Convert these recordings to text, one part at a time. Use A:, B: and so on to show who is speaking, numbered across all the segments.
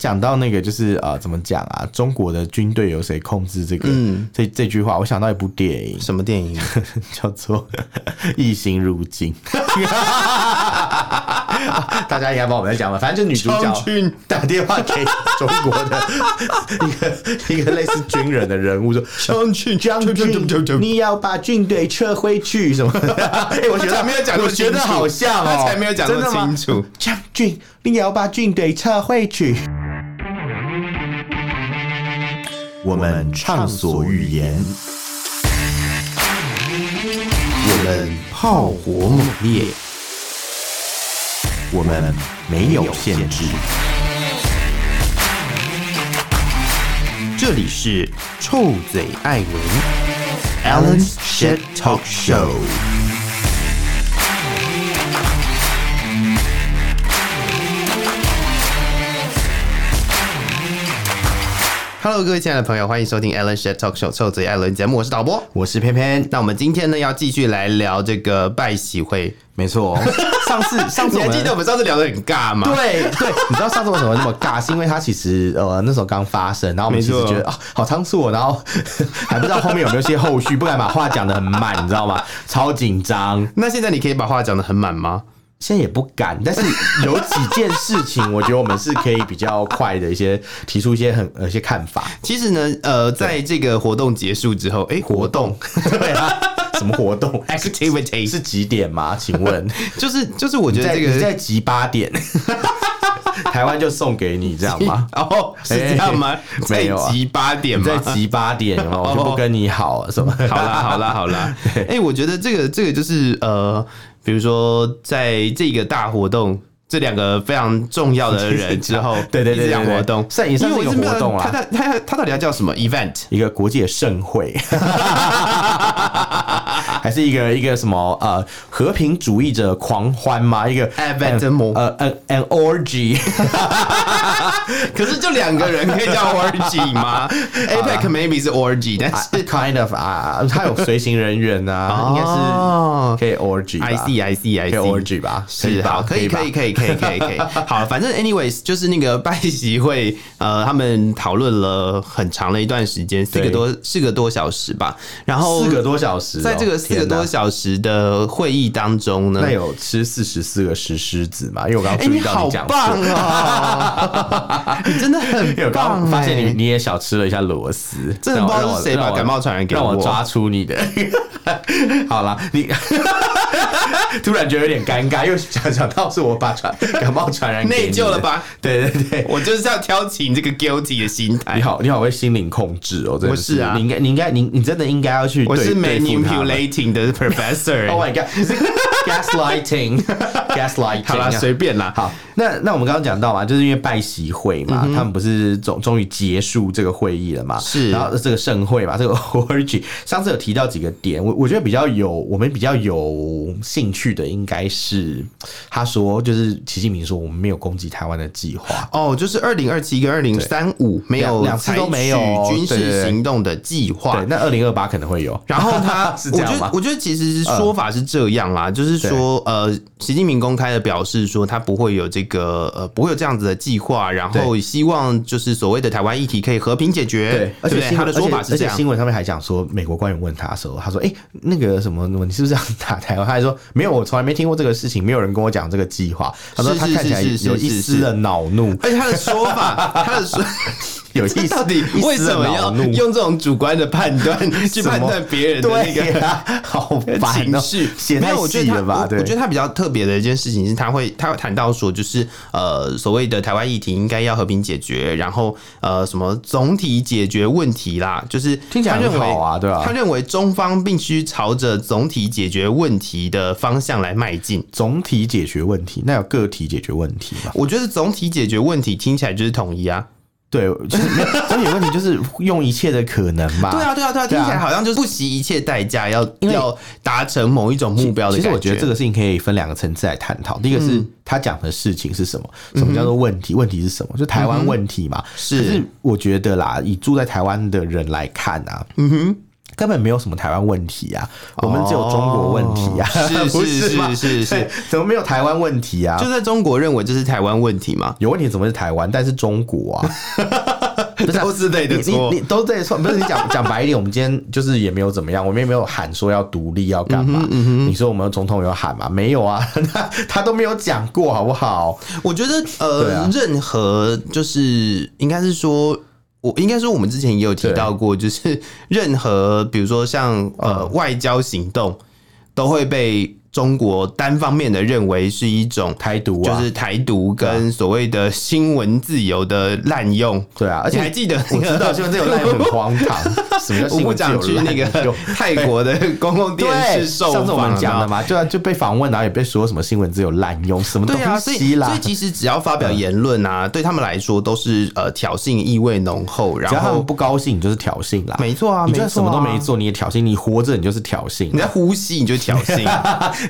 A: 讲到那个就是啊、呃怎么讲啊？中国的军队由谁控制？这个、
B: 嗯
A: 这这句话，我想到一部电影
B: 什么电影？
A: 叫做 《一心入境》， 大家应该帮我们在讲吧。反正就女主角
B: 张军
A: 打电 话给中国的 一个一个类似军人的人物说：“
B: 将军
A: 将军
B: 对对对，
A: 你要把军队撤回去什么？ 哎、我觉
B: 他
A: 得
B: 才没有讲那么
A: 我觉得
B: 清楚
A: 好像哦、
B: 他才没有讲那么
A: 真的吗
B: 清楚
A: 将军，你要把军队撤回去。我们畅所欲言，我们炮火猛烈，我们没有限制。
B: 这里是臭嘴艾文 Alan's Shit Talk Show。Hello，各位亲爱的朋友，欢迎收听 Alan Shit Talk Show 臭嘴艾伦节目，我是导播。
A: 我是偏偏，
B: 那我们今天呢，要继续来聊这个拜喜会。
A: 没错。上次 上次
B: 你
A: 我
B: 还
A: 们
B: 记得我们上次聊的很尬吗？
A: 对对，你知道上次为什么那么尬？是因为它其实呃那时候刚发生，然后我们
B: 没
A: 其实
B: 错
A: 觉得啊、好仓促、哦，然后 还不知道后面有没有一些后续，不敢把话讲的很满，你知道吗？超紧张，
B: 那现在你可以把话讲的很满吗？
A: 现在也不敢，但 是有几件事情，我觉得我们是可以比较快的一些提出一些很呃一些看 法。
B: 其实呢，呃，在这个活动结束之后，哎、活动
A: 对啊，什么活动？
B: activity
A: 是几点吗？请问
B: 就是 就是我觉得
A: 在
B: 这
A: 你
B: 个
A: 在几八点？ 台湾就送给你这样吗？
B: 哦是这样吗？
A: 哎没有啊
B: 在集八点
A: 你在
B: 吗？哦
A: 几八点有没有？我就不跟你好什 么？，
B: 好啦好啦好啦，哎、我觉得这个这个就是呃，比如说在这个大活动。这两个非常重要的人之后
A: 对对对对
B: 一直讲
A: 对
B: 活动，
A: 算也算
B: 因
A: 是一个
B: 为我不知道
A: 活动啊啦
B: 他他他他到底要叫什么 event？
A: 一个国际的盛会， 还是一个一个什么呃和平主义者狂欢吗？一个
B: Advent Mo
A: 呃呃 an orgy，呃
B: 可是就两个人可以 叫 orgy 吗？APEC maybe 是 orgy，但是
A: kind of 啊，他有随行人员 啊，应该是
B: 哦
A: 可以 orgy 吧
B: I see I see I
A: 可以
B: see。
A: orgy 吧？
B: 是
A: 吧
B: 好，？可以
A: 吧
B: 可以可以可以可 以可以，好，反正 anyways 就是那个拜习会，呃，他们讨论了很长的一段时间，四
A: 对
B: 个多四个多小时吧。然后
A: 四个多小时哦，
B: 在这个四个多
A: 天哪，
B: 小时的会议当中呢，
A: 那有吃四十四个石狮子吗？因为我刚
B: 哎、
A: 刚注
B: 你
A: 意到
B: 好
A: 你讲错
B: 棒 哦，你真的很
A: 因为我刚
B: 棒、
A: 刚
B: 欸，
A: 发现你你也小吃了一下螺丝，
B: 真的不知道是谁把
A: 让我
B: 感冒传染给
A: 让我
B: 我
A: 抓出 你的。好啦，你 突然觉得有点尴尬，又想想到是我把传 感冒传染给你
B: 内
A: 的
B: 疚了？吧？
A: 对对对。
B: 我就是要挑起你这个 guilty 的心态
A: 你。好，你好，会心灵控制哦，真的
B: 哎我是啊
A: 你应该，你应该，你你真的应该要去对。
B: 我是
A: 对付他们
B: manipulating 的 professor。
A: Oh my god，gaslighting，gaslighting。
B: 好啦，随便啦。
A: 啊好，那那我们刚刚讲到嘛，就是因为拜习会嘛，他们不是终终于结束这个会议了嘛？
B: 嗯是
A: 然后这个盛会嘛，这个 orgy，上次有提到几个点，我我觉得比较有我们比较有兴趣的应该是他说，就是习近平说我们没有攻击台湾的计划。
B: 哦，就是二零二七跟二零三五没有
A: 两两次都没有哦
B: 采取军
A: 对对
B: 事
A: 对
B: 行动的计划
A: 对，。那二零二八可能会有。
B: 然后他
A: 是这样
B: 我觉
A: 吗嗯
B: 得，我觉得其实说法是这样啦，就是说，呃，习近平公开的表示说，他不会有这个，呃，不会有这样子的计划，然后希望就是所谓的台湾议题可以和平解决，
A: 而
B: 对
A: 且
B: 不对？
A: 新闻
B: 他的说法是这
A: 而且而且
B: 样，
A: 新闻上面还讲说，美国官员问他的时候，他说：“哎、那个什么，你是不是要打台湾？”他还说：“没有，我从来没听过这个事情，没有人跟我讲这个计划。”他说
B: 是
A: 他
B: 是
A: 看起来
B: 是是
A: 有一
B: 是
A: 丝的恼怒，
B: 而且他的说 法，他的说。
A: 有一 丝
B: 到底为什么要
A: 一丝的恼怒
B: 用这种主观的判 断去判断别人的那个
A: 对呀、好 烦哦、
B: 情绪，
A: 写
B: 没
A: 太
B: 有，我觉得
A: 细
B: 他
A: 了吧？
B: 我
A: 对，
B: 我觉得他比较特别的一件事情是，他会他会谈到说，就是呃，所谓的台湾议题应该要和平解决，然后呃，什么总体解决问题啦，就是
A: 听起来
B: 他认为
A: 很好啊对啊
B: 他认为中方必须朝着总体解决问题的方向来迈进。
A: 总体解决问题，那有个体解决问题嘛？
B: 我觉得总体解决问题听起来就是统一啊，
A: 对，就是 没有总体问题就是用一切的可能嘛。
B: 对啊，对啊，对啊，
A: 对啊
B: 听起来好像就是不惜一切代价要
A: 为
B: 要达成某一种目标的
A: 其
B: 感
A: 实我觉得这
B: 个
A: 个事情可以分两个层次来探讨。第一个是他讲的事情是什么，什么叫做问题？问题是什么？就台湾问题嘛。
B: 是
A: 可是我觉得啦，以住在台湾的人来看啊，嗯哼，根本没有什么台湾问题啊，我们只有中国问题啊，
B: 哦
A: 不
B: 是
A: 吗
B: 是是是是
A: 对怎么没有台湾问题啊？
B: 就在中国认为这是台湾问题嘛？
A: 有问题怎么是台湾？但是中国啊， 不啊
B: 都是对的
A: 你
B: 错
A: 你你都对的错。不是你 讲讲白一点，我们今天就是也没有怎么样，我们也没有喊说要独立要干
B: 嗯
A: 嘛。你说我们总统有喊吗？没有啊， 他他都没有讲过，好不好？
B: 我觉得呃，
A: 对啊
B: 任何就是应该是说。我应该说，我们之前也有提到过，就是任何比如说像呃
A: 嗯
B: 外交行动，都会被中国单方面的认为是一种
A: 台独
B: 就
A: 啊，
B: 是台独跟所谓的新闻自由的滥用。
A: 对啊，而
B: 你
A: 且
B: 还记得那
A: 我
B: 个
A: 知道，像这种 赖很荒唐，什么叫
B: 吴
A: 新
B: 部
A: 闻自
B: 长
A: 由
B: 去那个
A: 就
B: 泰国的公共电
A: 对，
B: 视受
A: 上次我
B: 访
A: 们讲
B: 了
A: 的
B: 嘛？
A: 嘛，对啊，就被访问，然后也被说什么新闻自由滥用什么东
B: 对啊，所以
A: 西啦，嗯
B: 所以其实只要发表言论啊，对他们来说都是呃挑衅意味浓厚，
A: 只要
B: 然
A: 他们
B: 后
A: 不高兴，你就是挑衅啦。
B: 没错啊，
A: 你就算
B: 没
A: 什
B: 错啊
A: 么都没，做，你也挑衅，你活着你就是挑衅
B: 你。 在呼吸你就挑衅，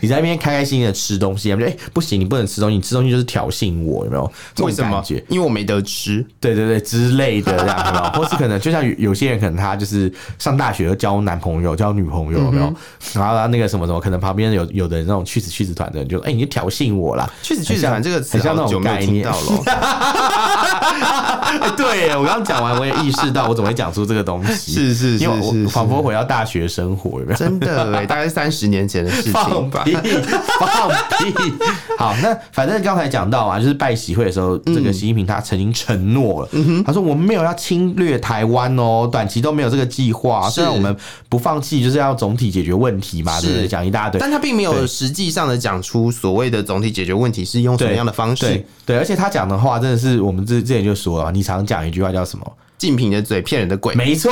A: 你在那边开开心心的吃东西，他们就哎、不行，你不能吃东西，你吃东西就是挑衅我，有没有？ 这
B: 为
A: 种
B: 什
A: 感
B: 么
A: 觉？？
B: 因为我没得吃，
A: 对对对，之类的这样，有没 有？或是可能就像有有些人，可能他就是上大学交男朋友、交女朋友，有
B: 嗯
A: 没有？然后他那个什么什么，可能旁边有有的那种去死去死团的人就，哎，你就挑衅我啦，
B: 确实确实，这个词
A: 啊很像那
B: 好久
A: 种
B: 没有
A: 概
B: 听
A: 念
B: 到。 了。哦
A: 哎对耶，我刚刚讲完，我也意识到我怎么会讲出这个东西，
B: 是是是
A: 因为我
B: 是
A: 我
B: 是
A: 仿佛回到大学生活，有没有？
B: 真的哎，大概三十年前的事 情
A: 放
B: 吧。
A: 屁，放屁！好，那反正刚才讲到啊，就是拜习会的时候，这个习近平他曾经承诺了，
B: 嗯
A: 他说我们没有要侵略台湾哦，短期都没有这个计划，
B: 是
A: 虽然我们不放弃，就是要总体解决问题嘛，
B: 是
A: 对不对？讲一大堆。
B: 但他并没有
A: 对
B: 实际上的讲出所谓的总体解决问题是用什么
A: 对
B: 样的方式
A: 对。对，而且他讲的话真的是我们之之前就说啊了，你常讲一句话叫什么？
B: 竞品的嘴骗人的鬼，
A: 没错，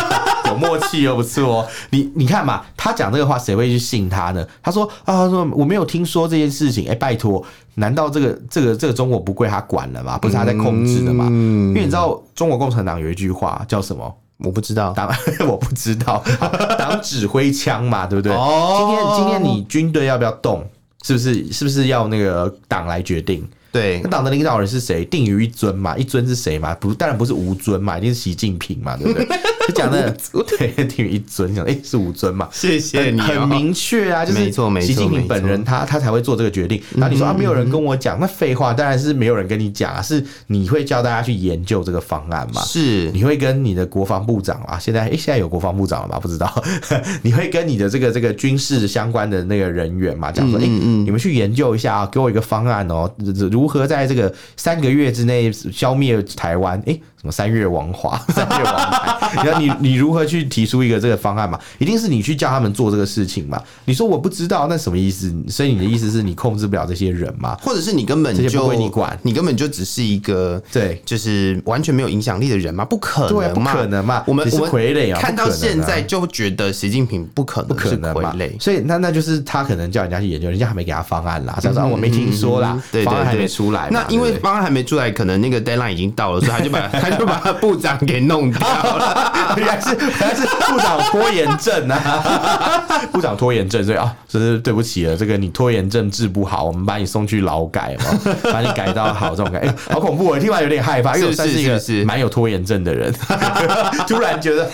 A: 有默契又不错哦。你你看嘛，他讲这个话，谁会去信他呢？他说啊，他说我没有听说这件事情。哎、拜托，难道这个这个这个中国不归他管了吗？不是他在控制的吗？
B: 嗯
A: 因为你知道中国共产党有一句话叫什么？
B: 我不知道。
A: 党 我不知道，好党指挥枪嘛，对不对？
B: 哦
A: 今天今天你军队要不要动？是不是是不是要那个党来决定？
B: 对
A: 那党的领导人是谁？定于一尊嘛，一尊是谁嘛？不，当然不是吴尊嘛，一定是习近平嘛， 对不对？就讲的对，定于一尊，讲哎、诶是吴尊嘛，
B: 谢谢你、
A: 很很
B: 哦。
A: 明确啊，就是
B: 没错没错
A: 习近
B: 没
A: 平
B: 错嗯
A: 本人他他才会做这个决定。然后你说啊，没有人跟我讲，那废话，当然是没有人跟你讲啊，是你会叫大家去研究这个方案嘛？
B: 是
A: 你会跟你的国防部长啊，现在诶、现在有国防部长了吗？不知道， 你会跟你的这个这个军事相关的那个人员嘛，讲说，
B: 嗯
A: 诶、你们去研究一下啊，给我一个方案哦，如如何在这个三个月之内消灭台湾？诶、什么三月王华、 三月王牌？然后你你如何去提出一个这个方案嘛？一定是你去叫他们做这个事情嘛？你说我不知道，那什么意思？所以你的意思是你控制不了这些人嘛？
B: 或者是你根本
A: 这些
B: 就
A: 不归你管
B: 你根本就只是一个
A: 对。
B: 就是完全没有影响力的人吗？不可
A: 对啊，不
B: 能嘛！
A: 可能嘛！
B: 我们
A: 你是
B: 我们
A: 傀儡啊，
B: 看
A: 不可能
B: 到
A: 啊
B: 现在就觉得习近平不可
A: 不
B: 能
A: 可
B: 是
A: 能
B: 傀
A: 嘛
B: 儡，
A: 所以那那就是他可能叫人家去研究，人家还没给他方案
B: 嗯
A: 啦，他说啊我没听说啦，
B: 对对
A: 方案还
B: 对
A: 没出来嘛。
B: 那因为
A: 啊对 不对
B: 方案还没出来，可能那个 deadline 已经到了，所以他就 把他就把他部长给弄掉了。
A: 原来是原来是部长拖延症啊， 部长拖延症，所以啊，真是对不起了，这个你拖延症治不好，我们把你送去劳改嘛， 把你改到好这种感觉，哎好恐怖！我听完有点害怕，因为我
B: 是
A: 算
B: 是
A: 是一个
B: 是是
A: 蛮有拖延症的人， 突然觉得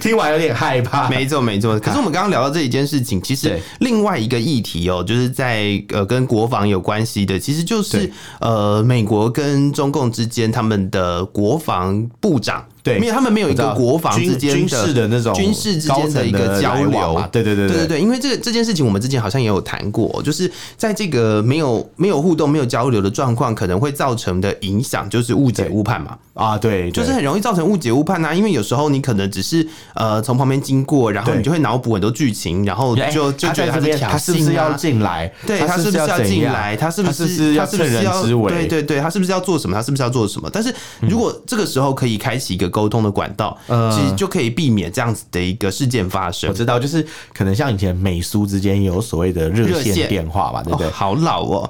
A: 听完有点害怕。
B: 没错，没 错。可是我们刚刚聊到这一件事情，其实
A: 对
B: 另外一个议题哦、就是在呃跟国防有关系的，其实就是
A: 对
B: 呃美国跟中共之间他们的国防部长，
A: 对
B: 因为他们没有一
A: 我知
B: 个
A: 道
B: 国防之间
A: 军军事的那种
B: 军事之间一
A: 高层
B: 个
A: 的
B: 交
A: 来往
B: 流
A: 嘛，对对对
B: 对
A: 对
B: 对对，因为这个这件事情，我们之前好像也有谈过，就是在这个没有没有互动、没有交流的状况，可能会造成的影响就是误解
A: 对
B: 误判嘛，
A: 啊，对，
B: 就是
A: 对
B: 很容易造成误解误判呐、啊因为有时候你可能只是呃从旁边经过，然后
A: 对
B: 你就会脑补很多剧情，然后
A: 哎
B: 就就
A: 他在
B: 觉得
A: 这
B: 是
A: 边，
B: 挑
A: 他是不是
B: 衅
A: 要
B: 啊。
A: 进来？
B: 对他
A: 是
B: 是不是
A: 要
B: 要
A: 怎
B: 进
A: 样
B: 来？他是不
A: 他
B: 是
A: 是
B: 他
A: 要
B: 是不
A: 趁
B: 是
A: 人
B: 要
A: 之危？
B: 对对对，他是不是要做什么？他是不是要做什么？但是如果这个时候可以开启一个沟通的管道，
A: 嗯
B: 其实就可以避免这样子的一个事件发生
A: 我。知道，就是可能像以前美苏之间有所谓的热
B: 热线
A: 线电话嘛，对不对
B: 哦？好老哦，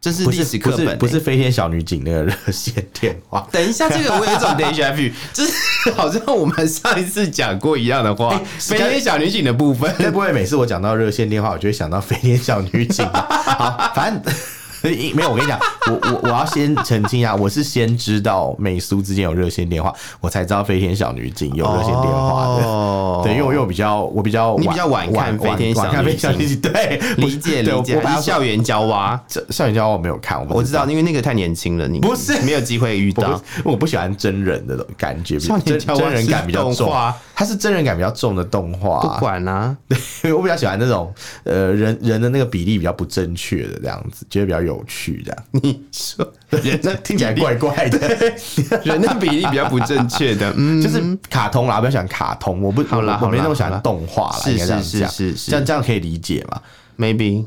B: 真是
A: 不
B: 历
A: 是
B: 史
A: 不
B: 课本
A: 是
B: 欸
A: 不是飞天小女警那个热线电话。
B: 等一下，这个 我有一种 deja vu，就是好像我们上一次讲过一样的
A: 哎
B: 话，飞天小女警的部分。
A: 该不会每次我讲到热线电话，我就会想到飞天小女警吧？好，反正 所以没有，我跟你讲，我我我要先澄清啊，我是先知道美苏之间有热线电话，我才知道飞天小女警有热线电话的。
B: 哦
A: 对，因为我因为我比较我比较
B: 你比较晚看飞天小
A: 晚看
B: 女
A: 飞天小女警，对，不
B: 理
A: 对
B: 解理
A: 我
B: 解，
A: 我把
B: 还
A: 它
B: 是校园交蛙。
A: 这校园骄傲我没有看，我不
B: 我知道，因为那个太年轻了，你
A: 不是
B: 没有机会遇
A: 我
B: 到。
A: 不我不喜欢真人的感觉，比
B: 少年
A: 真
B: 乔娃
A: 真人感比较
B: 是动
A: 重
B: 画，
A: 它是真人感比较重的动画、
B: 不管啊 啦、
A: 对，我比较喜欢那种呃人人的那个比例比较不正确的这样子，觉得比较有趣这样。
B: 你说 人的
A: 听起来怪怪的，
B: 人的比例比较不正确的， 嗯，
A: 就是卡通啦，比较喜欢卡通。我不，
B: 好啦
A: 我我
B: 好啦
A: 没那么喜欢动画啦，
B: 是
A: 应该这样
B: 是
A: 讲，
B: 是是是
A: 这样这样可以理解嘛？
B: maybe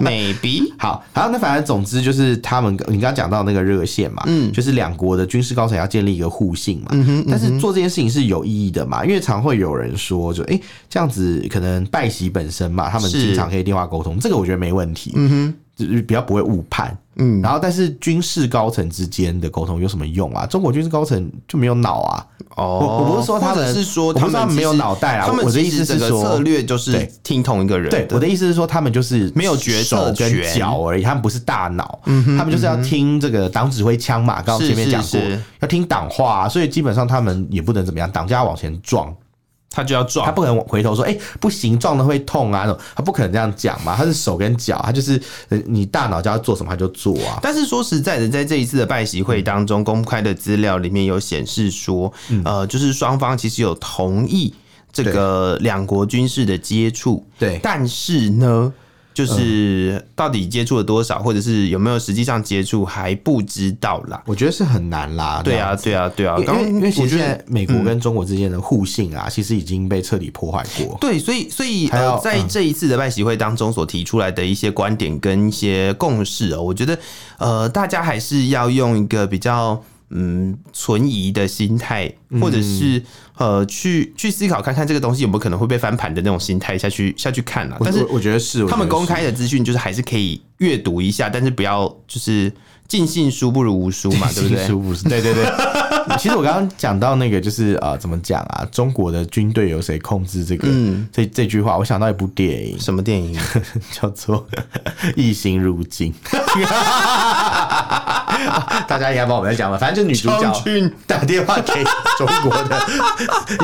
B: maybe
A: 好，好，那反正总之就是他们，你刚刚讲到那个热线嘛，嗯，就是两国的军事高层要建立一个互信嘛，嗯哼，但是做这件事情是有意义的嘛，因为常会有人说就，诶这样子可能拜习本身嘛，他们
B: 是
A: 经常可以电话沟通，这个我觉得没问题，嗯哼。就是比较不会误判，嗯，然后但是军事高层之间的沟通有什么用啊？中国军事高层就没有脑啊，
B: 哦，
A: 我我不是说他们
B: 或者是说
A: 我不
B: 他
A: 是说他
B: 们
A: 们没有
B: 其实
A: 脑袋啦
B: 他们
A: 我的
B: 其
A: 意思
B: 实
A: 是
B: 整个
A: 说
B: 策略就是
A: 对
B: 听同一个人
A: 对，
B: 的
A: 我的意思是说，他们就是
B: 没有决策
A: 手跟
B: 权
A: 脚而已，他们不是大脑，他们就是要听这个党指挥枪嘛。刚刚前面讲过
B: 是是是，
A: 要听党话啊，所以基本上他们也不能怎么样，党就要往前撞，
B: 他就要
A: 他
B: 撞，
A: 不可能回头说，哎，不行，撞的会痛啊，那种他不可能这样讲嘛。他是手跟脚，他就是呃你大脑叫他做什么他就做啊。
B: 但是说实在的，在这一次的拜习会当中，公开的资料里面有显示说，
A: 嗯
B: 呃，就是双方其实有同意这个两国军事的接触，
A: 对嗯
B: 但是呢，就是到底接触了多少，或者是有没有实际上接触还不知道啦。
A: 我觉得是很难啦，
B: 对啊，对啊，对啊
A: 那。样
B: 刚
A: 子，因为因为其
B: 我
A: 实
B: 觉
A: 现
B: 得
A: 在美国跟中国之间的互信啊，其实已经被彻底破坏过。
B: 对，所以所以
A: 还有
B: 呃，在
A: 嗯
B: 这一次的拜习会当中所提出来的一些观点跟一些共识哦，我觉得呃，大家还是要用一个比较。嗯，存疑的心态，
A: 嗯
B: 或者是呃，去去思考看看这个东西有没有可能会被翻盘的那种心态下去下去看啦。啊
A: 我
B: 但是
A: 我我觉得是，我
B: 他们
A: 觉得
B: 公
A: 是
B: 开的资讯就是还是可以阅读一下，但是不要就是尽信书不如无书 嘛，对不对？
A: 不是？对对 对。其实我刚刚讲到那个，就是呃，怎么讲啊？中国的军队由谁控制？这个、
B: 嗯
A: 这这句话，我想到一部电 影
B: 什么 电影？
A: 叫 做《异形入境》， 大家应该帮我们在讲吧。反正就女主
B: 张
A: 角
B: 军
A: 打电话给中国的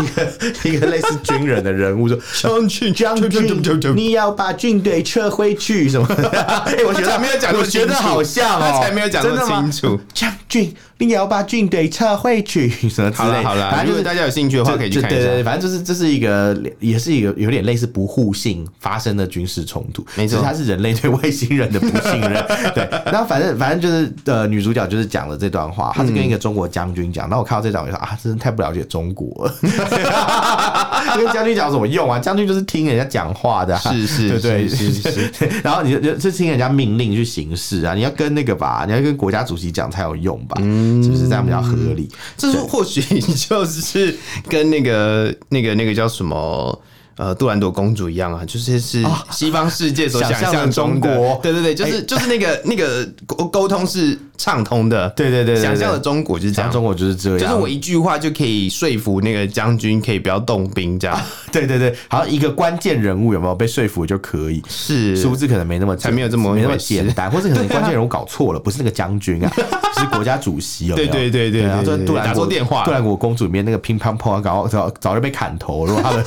A: 一个一个类似军人的人 物说。
B: 将军，
A: 将军，你要把军队撤回去什么的？ 哎、我觉
B: 他才
A: 得
B: 没有讲那
A: 我
B: 么
A: 觉得
B: 清楚
A: 好像哦、
B: 他才没有讲那么
A: 真的吗
B: 清楚
A: 将军，你也要把军队撤回去什么之
B: 好
A: 类的。
B: 了好了，
A: 反正
B: 如
A: 就
B: 果
A: 是
B: 大家有兴趣的话，可以去
A: 就
B: 看
A: 对
B: 一
A: 对
B: 下
A: 对，。反正就是这是一个，也是一个有点类似不互信发生的军事冲突，
B: 没
A: 只
B: 错
A: 是它是人类对外星人的不信 任。对，然后反正反正就是呃，女主角就是讲了这段话，她是跟一
B: 嗯
A: 个中国将军讲，那、我看到这段我就说啊，真的太不了解中国了， 跟将军讲有什么用啊？将军就是听人家讲话的啊、
B: 是是
A: 对对
B: 是是
A: 是，然后你就就是听人家命令去行事啊，你要跟那个吧，你要跟国家主席讲才有用吧，
B: 嗯
A: 是不是这样比较合理？
B: 这是或许就是跟那个那个那个叫什么呃杜兰朵公主一样啊，就是是西方世界所想
A: 想象的
B: 象中哎
A: 中
B: 的
A: 国
B: 对对对，就是就是那个那个沟沟通是畅通的，
A: 对对对对对
B: 想象的中国就是这
A: 讲
B: 样。
A: 中国就是这样，
B: 就是我一句话就可以说服那个将军可以不要动兵，这样
A: 对对对，好像一个关键人物有没有被说服就可以。
B: 是
A: 殊不知可能没那么
B: 才没有这么
A: 没那么
B: 回事
A: 简单，或者可能关键人物搞错了，不是那个将军 啊，是国家主席有没有？
B: 对对对对
A: 啊，就
B: 对对啊
A: 杜兰
B: 打
A: 国
B: 错电话
A: 杜兰国公主里面那个乒乓乓啊，搞早早就被砍头。如果他们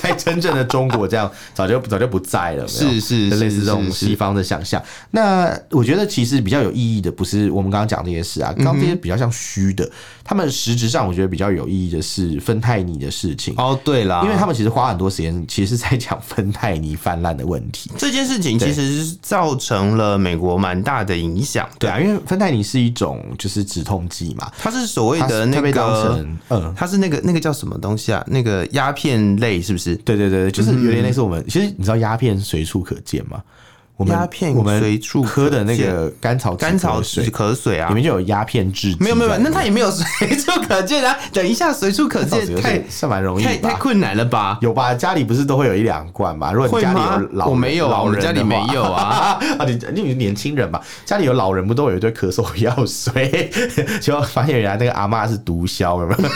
A: 在真正的中国这样，早就早就不在了。有没有
B: 是是
A: 就是类似这种
B: 是是
A: 西方的想象。那我觉得其实比较有意义的，不是我们刚刚讲这些事啊，
B: 嗯
A: 刚刚这些比较像虚的，他们实质上我觉得比较有意义的是芬太尼的事情。
B: 哦，对啦，
A: 因为他们其实花很多时间，其实是在讲芬太尼泛滥的问题。
B: 这件事情其实是造成了美国蛮大的影响，
A: 对啊，因为芬太尼是一种就是止痛剂嘛，
B: 它是所谓
A: 它
B: 的
A: 是
B: 那
A: 它被当
B: 个，
A: 成嗯。
B: 它是那个那个叫什么东西啊？那个鸦片类是不是？
A: 对对
B: 嗯
A: 对，对就是有点类似我们，其实你知道鸦片随处可见吗？我们
B: 鸦片
A: 我们
B: 随处可
A: 喝的那个甘草
B: 甘草
A: 水
B: 止咳水啊
A: 里？面就有鸦片制剂
B: 没有没有，没
A: 在
B: 有
A: 里
B: 那
A: 面
B: 它也没有随 处可见啊！等一下，随处可
A: 甘草
B: 见
A: 水
B: 太
A: 是是蛮容易
B: 太太
A: 吧？
B: 困难了吧？
A: 有吧？家里不是都会有一两罐嘛？如果你
B: 会
A: 家里
B: 吗
A: 有？老
B: 我没有，啊
A: 老
B: 我
A: 人
B: 们家里
A: 的话
B: 没有啊。
A: 啊啊！你你是年轻人嘛，家里有老人不都有一堆咳嗽药水？ 结果发现原来那个阿嬷是毒枭，有没 有？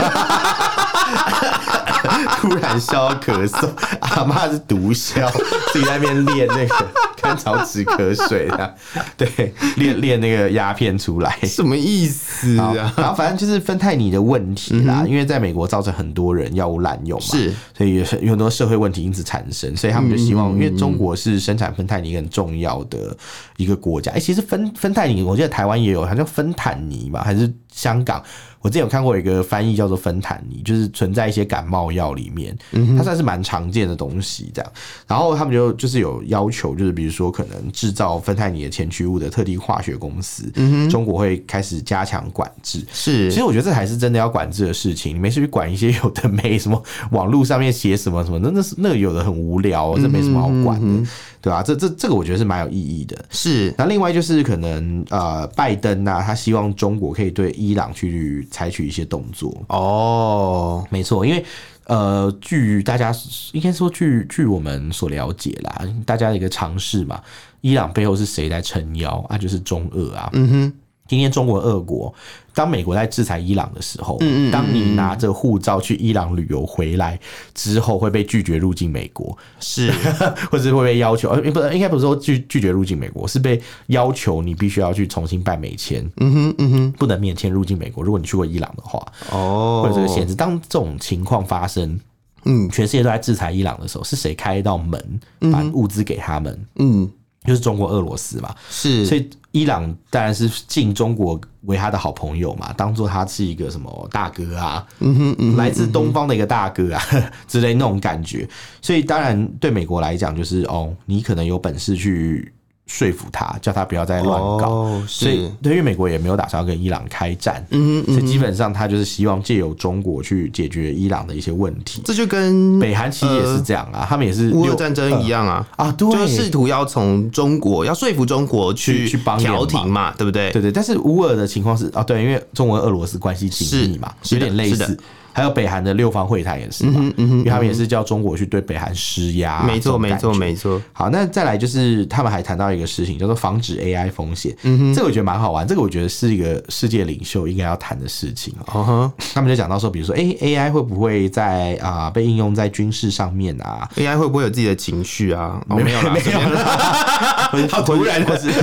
A: 突然笑到咳嗽，阿嬷是毒枭，自己在那边练那个 看曹植瞌睡的，对，练练那个鸦片出来。
B: 什么意思
A: 好
B: 啊？嗯
A: 然后反正就是芬太尼的问题啦，因为在美国造成很多人药物滥用嘛，
B: 是，
A: 所以有很有很多社会问题因此产生，所以他们就希望，因为中国是生产芬太尼很重要的一个国家。哎、其实芬芬太尼，我记得台湾也有，好像芬坦尼吧，还是香港。我之前有看过一个翻译叫做芬坦尼，就是存在一些感冒药里面，它算是蛮常见的东西这样。然后他们就就是有要求，就是比如说可能制造芬太尼的前驱物的特定化学公司，中国会开始加强管制。
B: 是，
A: 其实我觉得这才是真的要管制的事情，你没事去管一些有的没什么，网络上面写什么什么，那那是那个有的很无聊、这没什么好管的，对啊吧、这这这个我觉得是蛮有意义的。
B: 是，
A: 那另外就是可能呃，拜登呐、他希望中国可以对伊朗去采取一些动作。
B: 哦，
A: 没错，因为呃，据大家应该说据据我们所了解啦，大家的一个尝试嘛，伊朗背后是谁在撑腰啊？就是中俄啊，
B: 嗯哼，
A: 今天中国、俄国，当美国在制裁伊朗的时
B: 嗯
A: 候，当你拿着护照去伊朗旅游回来之后，会被拒绝入境美国，
B: 是，
A: 或者是会被要求，呃，不，应该不是说拒拒绝入境美国，是被要求你必须要去重新办美签，
B: 嗯哼，嗯哼，
A: 不能免签入境美国。如果你去过伊朗的话，
B: 哦，
A: 会有这个限制。当这种情况发生，
B: 嗯
A: 全世界都在制裁伊朗的时候，是谁开一道门把物资给他们？
B: 嗯，
A: 就是中国、俄罗斯嘛。
B: 是，
A: 所以伊朗当然是敬中国为他的好朋友嘛，当做他是一个什么大哥啊，嗯哼来自东方的一个大哥啊 之类那种感觉。所以当然对美国来讲，就是哦，你可能有本事去说服他，叫他不要再乱搞。
B: 哦
A: 所以
B: 是，
A: 对，因为美国也没有打算要跟伊朗开战，
B: 嗯哼，嗯
A: 所以基本上他就是希望借由中国去解决伊朗的一些问题。
B: 这就跟
A: 北韩其实也是这样啊，他们也是
B: 嗯呃乌
A: 六
B: 俄战争一样啊。
A: 啊，对，
B: 就是试图要从中国要说服中国去
A: 去去帮
B: 调
A: 联
B: 停嘛，对不对？
A: 对对，但是乌俄的情况是啊，对，因为中文俄罗斯关系紧密嘛，
B: 是
A: 有点类
B: 是嗯
A: 似。还有北韩的六方会谈也是嘛，因为他们也是叫中国去对北韩施压啊、
B: 没
A: 这
B: 错，
A: 种
B: 没
A: 感
B: 错，
A: 觉
B: 没错。
A: 好，那再来就是他们还谈到一个事情，叫做防止 AI 风险。嗯哼，这个我觉得蛮好玩，这个我觉得是一个世界领袖应该要谈的事情。
B: 哦哼
A: 他们就讲到说，比如说，哎、a i 会不会在啊、被应用在军事上面啊？
B: ，AI 会不会有自己的情绪啊？哦，没有啦，随便啦
A: 好突然，或是对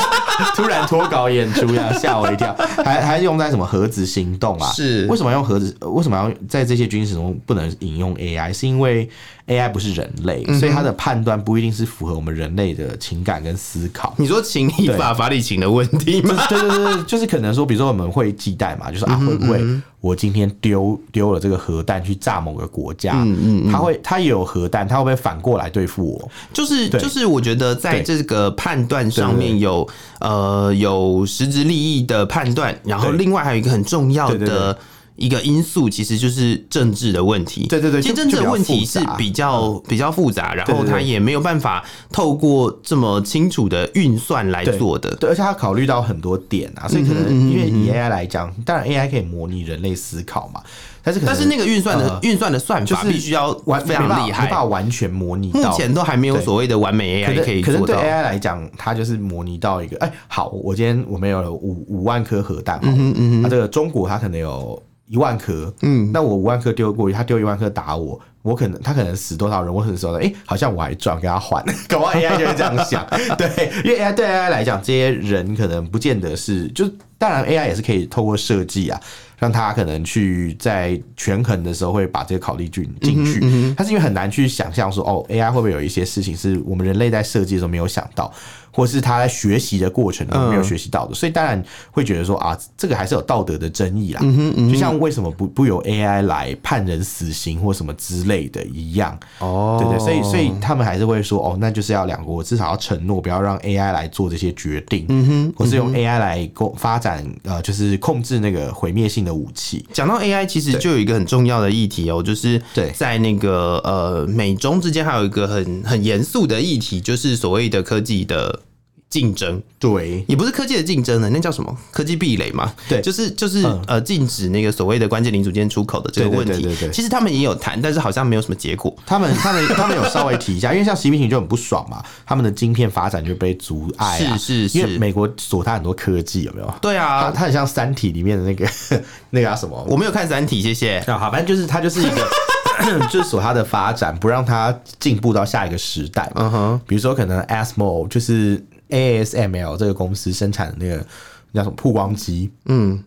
A: 突然脱稿演出呀，吓我一跳。还还用在什么核子行动啊？
B: 是
A: 为什么要用核子？呃为什么要在这些军事中不能引用 AI？是因为 AI 不是人类，所以它的判断不一定是符合我们人类的情感跟思考。
B: 你说 情理法法理情的问题吗？
A: 对对对，对就是可能说，比如说我们会忌惮嘛，就是
B: 嗯
A: 啊，会不会我今天丢丢了这个核弹去炸某个国家，嗯嗯，他会他也有核弹，他会不会反过来对付我？
B: 就是
A: 对
B: 就是，我觉得在这个判断上面有呃有实质利益的判断，然后
A: 对
B: 另外还有一个很重要
A: 对对对
B: 的一个因素，其实就是政治的问题。
A: 对对对
B: 其实
A: 就
B: 政治
A: 就比
B: 的
A: 较
B: 问题
A: 复
B: 是
A: 杂嗯
B: 比较比较复杂，然后
A: 对对对
B: 它也没有办法透过这么清楚的运算来
A: 对
B: 做的。
A: 对，而且他考虑到很多点
B: 嗯
A: 啊，所以可能因为以 AI 来讲，当然 AI 可以模拟人类思考嘛，但是可能
B: 但是那个运算的运算的算法
A: 呃就是
B: 必须要
A: 完
B: 非常
A: 没办法
B: 厉
A: 没办
B: 害
A: 法，完全模拟
B: 目
A: 到。
B: 前都还没有所谓的完美
A: 可
B: AI 可以
A: 能可
B: 做
A: 能对哎
B: 到。
A: AI 来讲，它就是模拟到一个，哎、好，我今天我们有五五万颗核弹，嗯嗯那这个中国它可能有一万颗，嗯，那我五万颗丢过去，他丢一万颗打我，我可能他可能死多少人，我可能死多少人，哎、好像我还 赚，跟他换，搞不好 AI 就会这样 想，对，因为 AI 对 AI 来讲，这些人可能不见得是，就是当然 AI 也是可以透过设计啊。让他可能去在权衡的时候会把这个考虑进进去，但是因为很难去想象说哦，AI 会不会有一些事情是我们人类在设计的时候没有想到，或是他在学习的过程中没有学习到的，所以当然会觉得说啊，这个还是有道德的争议啦。就像为什么不不由 AI 来判人死刑或什么之类的一样，
B: 哦
A: 对对，所以所以他们还是会说，哦，那就是要两国至少要承诺，不要让 AI 来做这些决定，嗯哼，或是用 AI 来攻发展呃，就是控制那个毁灭性的武器。
B: 讲到 AI，其实就有一个很重要的议题哦，就是
A: 对
B: 在那个呃美中之间还有一个很很严肃的议题，就是所谓的科技的竞争，
A: 对，
B: 也不是科技的竞争了，那叫什么？科技壁垒嘛。
A: 对
B: 就是就是、
A: 嗯
B: 呃禁止那个所谓的关键零组件出口的这个
A: 对
B: 问
A: 对
B: 题。
A: 对对对
B: 其实他们也有谈，但是好像没有什么结果。
A: 他们他们他们有稍微提一下，因为像习近平就很不爽嘛，他们的晶片发展就被阻碍啊，
B: 是是
A: 因为
B: 是，
A: 美国锁他很多科技，有没有？
B: 对
A: 他
B: 啊，
A: 他很像《三体》里面的那个 那个啊什么
B: 我没有看《三体》，谢谢。
A: 啊，好，反正就是他就是一个， 就是锁它的发展，不让它进步到下一个时代嘛。
B: 嗯哼，
A: 比如说，可能 ASML 就是 ASML 这个公司生产的那个那叫什么曝光机，
B: 嗯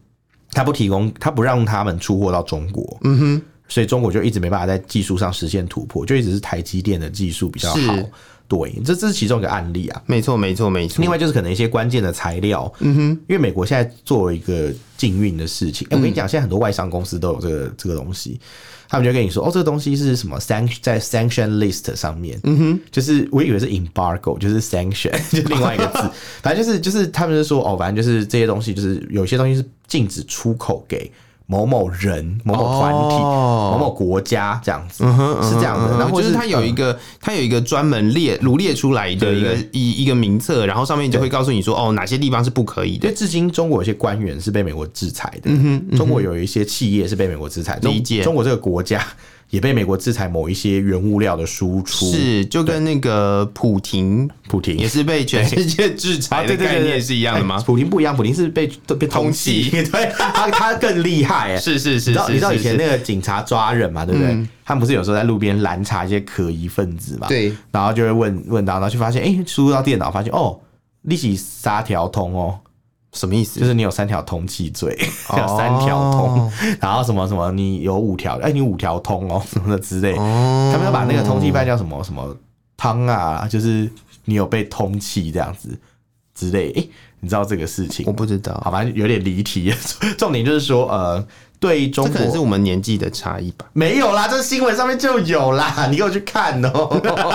A: 它不提供，它不让他们出货到中国，
B: 嗯哼，
A: 所以中国就一直没办法在技术上实现突破，就一直是台积电的技术比较好
B: 是。
A: 对，这这是其中一个案例啊。
B: 没错没错没错。
A: 另外就是可能一些关键的材料，嗯哼，因为美国现在做了一个禁运的事
B: 嗯
A: 情。哎、我跟你讲，现在很多外商公司都有这个这个东西，他们就跟你说，哦，这个东西是什么 sanction 在 sanction list 上面，嗯哼，就是我以为是 embargo，就是 sanction，就是 另外一个 字，反正就是就是他们就说，哦，反正就是这些东西，就是有些东西是禁止出口给。某某人、某某团体、
B: 哦
A: 某某国家这样子、
B: 嗯哼嗯哼
A: 是这样
B: 嗯
A: 的，
B: 哼
A: 然后或
B: 就是是它有一个，它有一个专门列罗列出来的
A: 对
B: 一个
A: 对
B: 一一个名册，然后上面就会告诉你说，哦，哪些地方是不可以
A: 因
B: 的。
A: 为至今中国有些官员是被美国制裁的，
B: 嗯
A: 中国有一些企业是被美国制裁，中
B: 理解
A: 中国这个国家也被美国制裁某一些原物料的输出。
B: 是，就跟那个普廷
A: 普廷啊
B: 也是被全世界制裁的概念是一样的吗？
A: 哎普廷不一样，普廷是被都被通缉， 对他他更厉害哎、
B: 是是
A: 你
B: 是
A: 知道
B: 是，
A: 你知道以前
B: 是嗯
A: 那个警察抓人嘛，对不对？他们不是有时候在路边拦查一些可疑分子嘛？
B: 对，
A: 然后就会问问到，然后就发现，哎、输入到电脑，发现哦，利息三条通哦，
B: 什么意思？
A: 就是你有三条通气罪，有三条通，然后什么什么，你有五条，哎、你五条通哦， 什么的之类，
B: 哦
A: 他们要把那个通气犯叫什么什么汤啊，就是你有被通气这样子之类，哎、你知道这个事情
B: 我？不知
A: 好，
B: 道，
A: 反正有点离题。 重点就是说，呃，对中
B: 这
A: 国
B: 可能是我们年纪的差异吧。
A: 没有啦，这新闻上面就有 啦，你给我去看哦、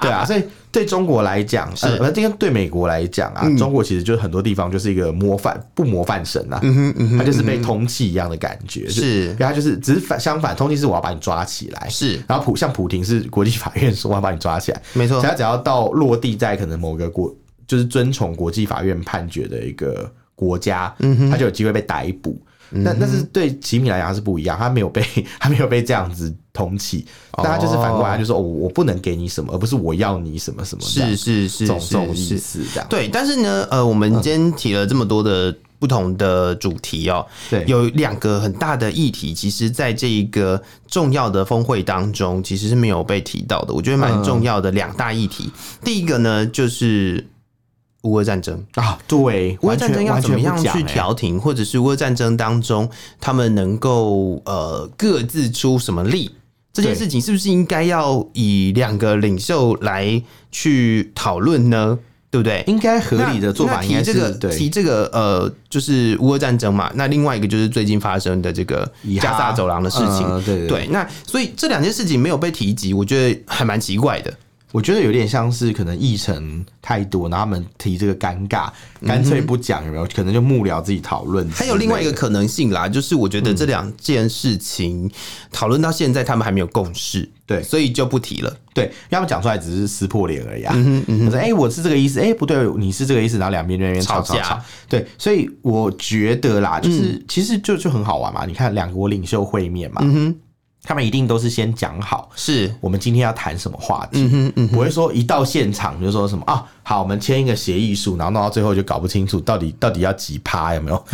A: 对啊，所以对中国来讲，呃，不这个对美国来讲啊，中国其实就是很多地方就是一个模范不模范神啊，他就是被通缉一样的感觉，就是对他就是只是反相反，通缉是我要把你抓起来，
B: 是
A: 然后普像普廷是国际法院说我要把你抓起来，
B: 没错
A: 所以，他只要到落地在可能某个国，就是遵从国际法院判决的一个国家，
B: 嗯
A: 他就有机会被逮捕。那那是对吉米来讲他是不一样，他没有被 他没有被这样子通缉，但他就是反过来就说，哦、我不能给你什么，而不是我要你什么什么这样，
B: 是是是
A: 这种这种
B: 是
A: 意
B: 是，
A: 思这样。
B: 对。但是呢，呃，我们今天提了这么多的不同的主题哦，
A: 对
B: 有两个很大的议题，其实在这一个重要的峰会当中，其实是没有被提到的，我觉得蛮重要的两大议题。第一个呢，就是乌俄战争。
A: 啊，对，
B: 乌俄
A: 完
B: 战争
A: 全
B: 要
A: 完
B: 怎
A: 全
B: 么
A: 不
B: 样
A: 讲
B: 去
A: 欸
B: 调停，或者是乌俄战争当中他们能够呃各自出什么力？这件
A: 对
B: 事情是不是应该要以两个领袖来去讨论呢？对不对？
A: 应该合理的做
B: 那
A: 法
B: 那
A: 应该
B: 提这
A: 是
B: 个提
A: 对
B: 这个呃，就是乌俄战争嘛。那另外一个就是最近发生的这个
A: 以哈
B: 加沙走廊的事情，
A: 嗯对对对
B: 对。那所以这两件事情没有被提及，我觉得还蛮奇怪的。
A: 我觉得有点像是可能议程太多，然后他们提这个尴尬，干脆不讲有没有？可能就幕僚自己讨论。
B: 还有另外一个，可能性啦，就是我觉得
A: 嗯
B: 这两件事情讨论到现在，他们还没有共识，
A: 对
B: 所以就不提了。嗯
A: 对，因为他们讲出来只是撕破脸而已啊。我说哎、我是这个意思，哎、不对，你是这个意思，然后两边就在那边嗯吵
B: 吵架嗯
A: 吵。对，所以我觉得啦，就是、其实就就很好玩嘛。你看两国领袖会面
B: 嗯
A: 嘛，他们一定都是先讲好。
B: 是，
A: 我们今天要谈什么话题？
B: 嗯
A: 不会说一到现场就说什么啊，好，我们签一个协议书，然后弄到最后就搞不清楚到底到底要几趴有没 有